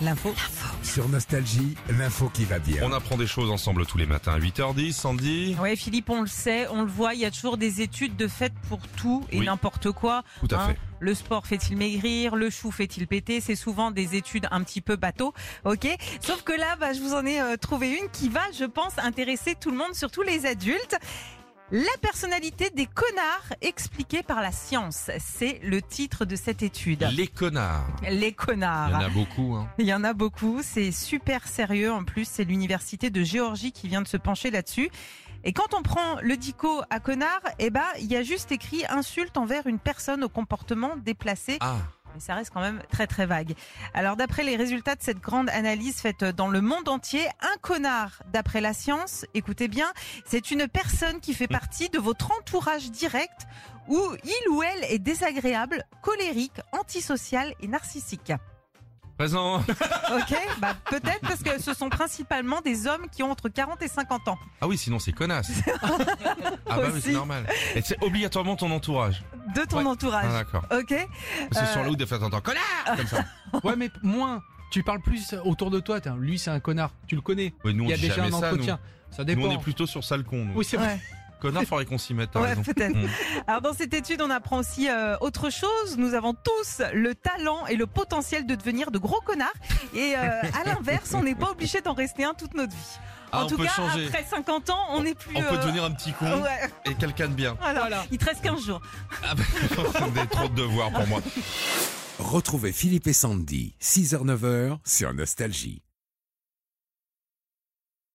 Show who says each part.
Speaker 1: L'info.
Speaker 2: Sur Nostalgie, l'info qui va bien.
Speaker 3: On apprend des choses ensemble tous les matins. 8h10, Sandy.
Speaker 1: Ouais, Philippe, on le sait, on le voit, il y a toujours des études de fait pour tout et
Speaker 3: Oui.
Speaker 1: n'importe quoi.
Speaker 3: Tout à fait.
Speaker 1: Le sport fait-il maigrir Le chou fait-il péter C'est souvent des études un petit peu bateau, ok Sauf que là, bah, je vous en ai euh, trouvé une qui va, je pense, intéresser tout le monde, surtout les adultes. La personnalité des connards expliquée par la science, c'est le titre de cette étude.
Speaker 3: Les connards.
Speaker 1: Les
Speaker 3: Il y en
Speaker 1: connards.
Speaker 3: a beaucoup. Hein.
Speaker 1: Il y en a beaucoup, c'est super sérieux en plus, c'est l'université de Géorgie qui vient de se pencher là-dessus. Et quand on prend le dico à connard, eh ben, il y a juste écrit insulte envers une personne au comportement déplacé,
Speaker 3: Ah,
Speaker 1: mais ça reste quand même très très vague. Alors d'après les résultats de cette grande analyse faite dans le monde entier, un connard, d'après la science, écoutez bien, c'est une personne qui fait partie de votre entourage direct où il ou elle est désagréable, colérique, antisocial et narcissique.
Speaker 3: présent.
Speaker 1: Ok, bah peut-être parce que ce sont principalement des hommes qui ont entre 40 et 50 ans.
Speaker 3: Ah oui, sinon c'est connasse. ah bah oui,
Speaker 1: Aussi.
Speaker 3: c'est normal. Et c'est obligatoirement ton entourage.
Speaker 1: De ton
Speaker 3: Ouais. Ah
Speaker 1: entourage.
Speaker 3: d'accord.
Speaker 1: Ok
Speaker 3: Parce que
Speaker 1: Euh.
Speaker 3: sur le haut, des fois, t'entends connard comme ça.
Speaker 4: Ouais, mais moins. Tu parles plus autour de toi. t'as- Lui, c'est un connard. Tu le connais.
Speaker 3: Oui, nous, on
Speaker 4: Il y a
Speaker 3: dit
Speaker 4: déjà
Speaker 3: jamais
Speaker 4: un
Speaker 3: ça. Nous.
Speaker 4: entretien. Ça
Speaker 3: Nous,
Speaker 4: dépend.
Speaker 3: on est plutôt sur sale con. nous.
Speaker 4: Oui, c'est vrai.
Speaker 1: Ouais,
Speaker 3: Connard, faudrait qu'on s'y mette. t'as
Speaker 1: ouais
Speaker 3: raison.
Speaker 1: peut-être.
Speaker 3: Mm.
Speaker 1: Alors dans cette étude, on apprend aussi euh, autre chose. Nous avons tous le talent et le potentiel de devenir de gros connards. Et euh, à l'inverse, on n'est pas obligé d'en rester un toute notre vie.
Speaker 3: Ah,
Speaker 1: en
Speaker 3: on
Speaker 1: tout
Speaker 3: peut
Speaker 1: cas,
Speaker 3: changer.
Speaker 1: après 50 ans, on n'est plus...
Speaker 3: On peut
Speaker 1: euh,
Speaker 3: devenir un petit con
Speaker 1: ouais,
Speaker 3: et quelqu'un de bien.
Speaker 1: voilà.
Speaker 4: Voilà.
Speaker 1: Il te reste 15 jours.
Speaker 3: Ah bah, des trop de devoirs pour moi.
Speaker 2: Retrouvez Philippe et Sandy, 6h-9h sur Nostalgie.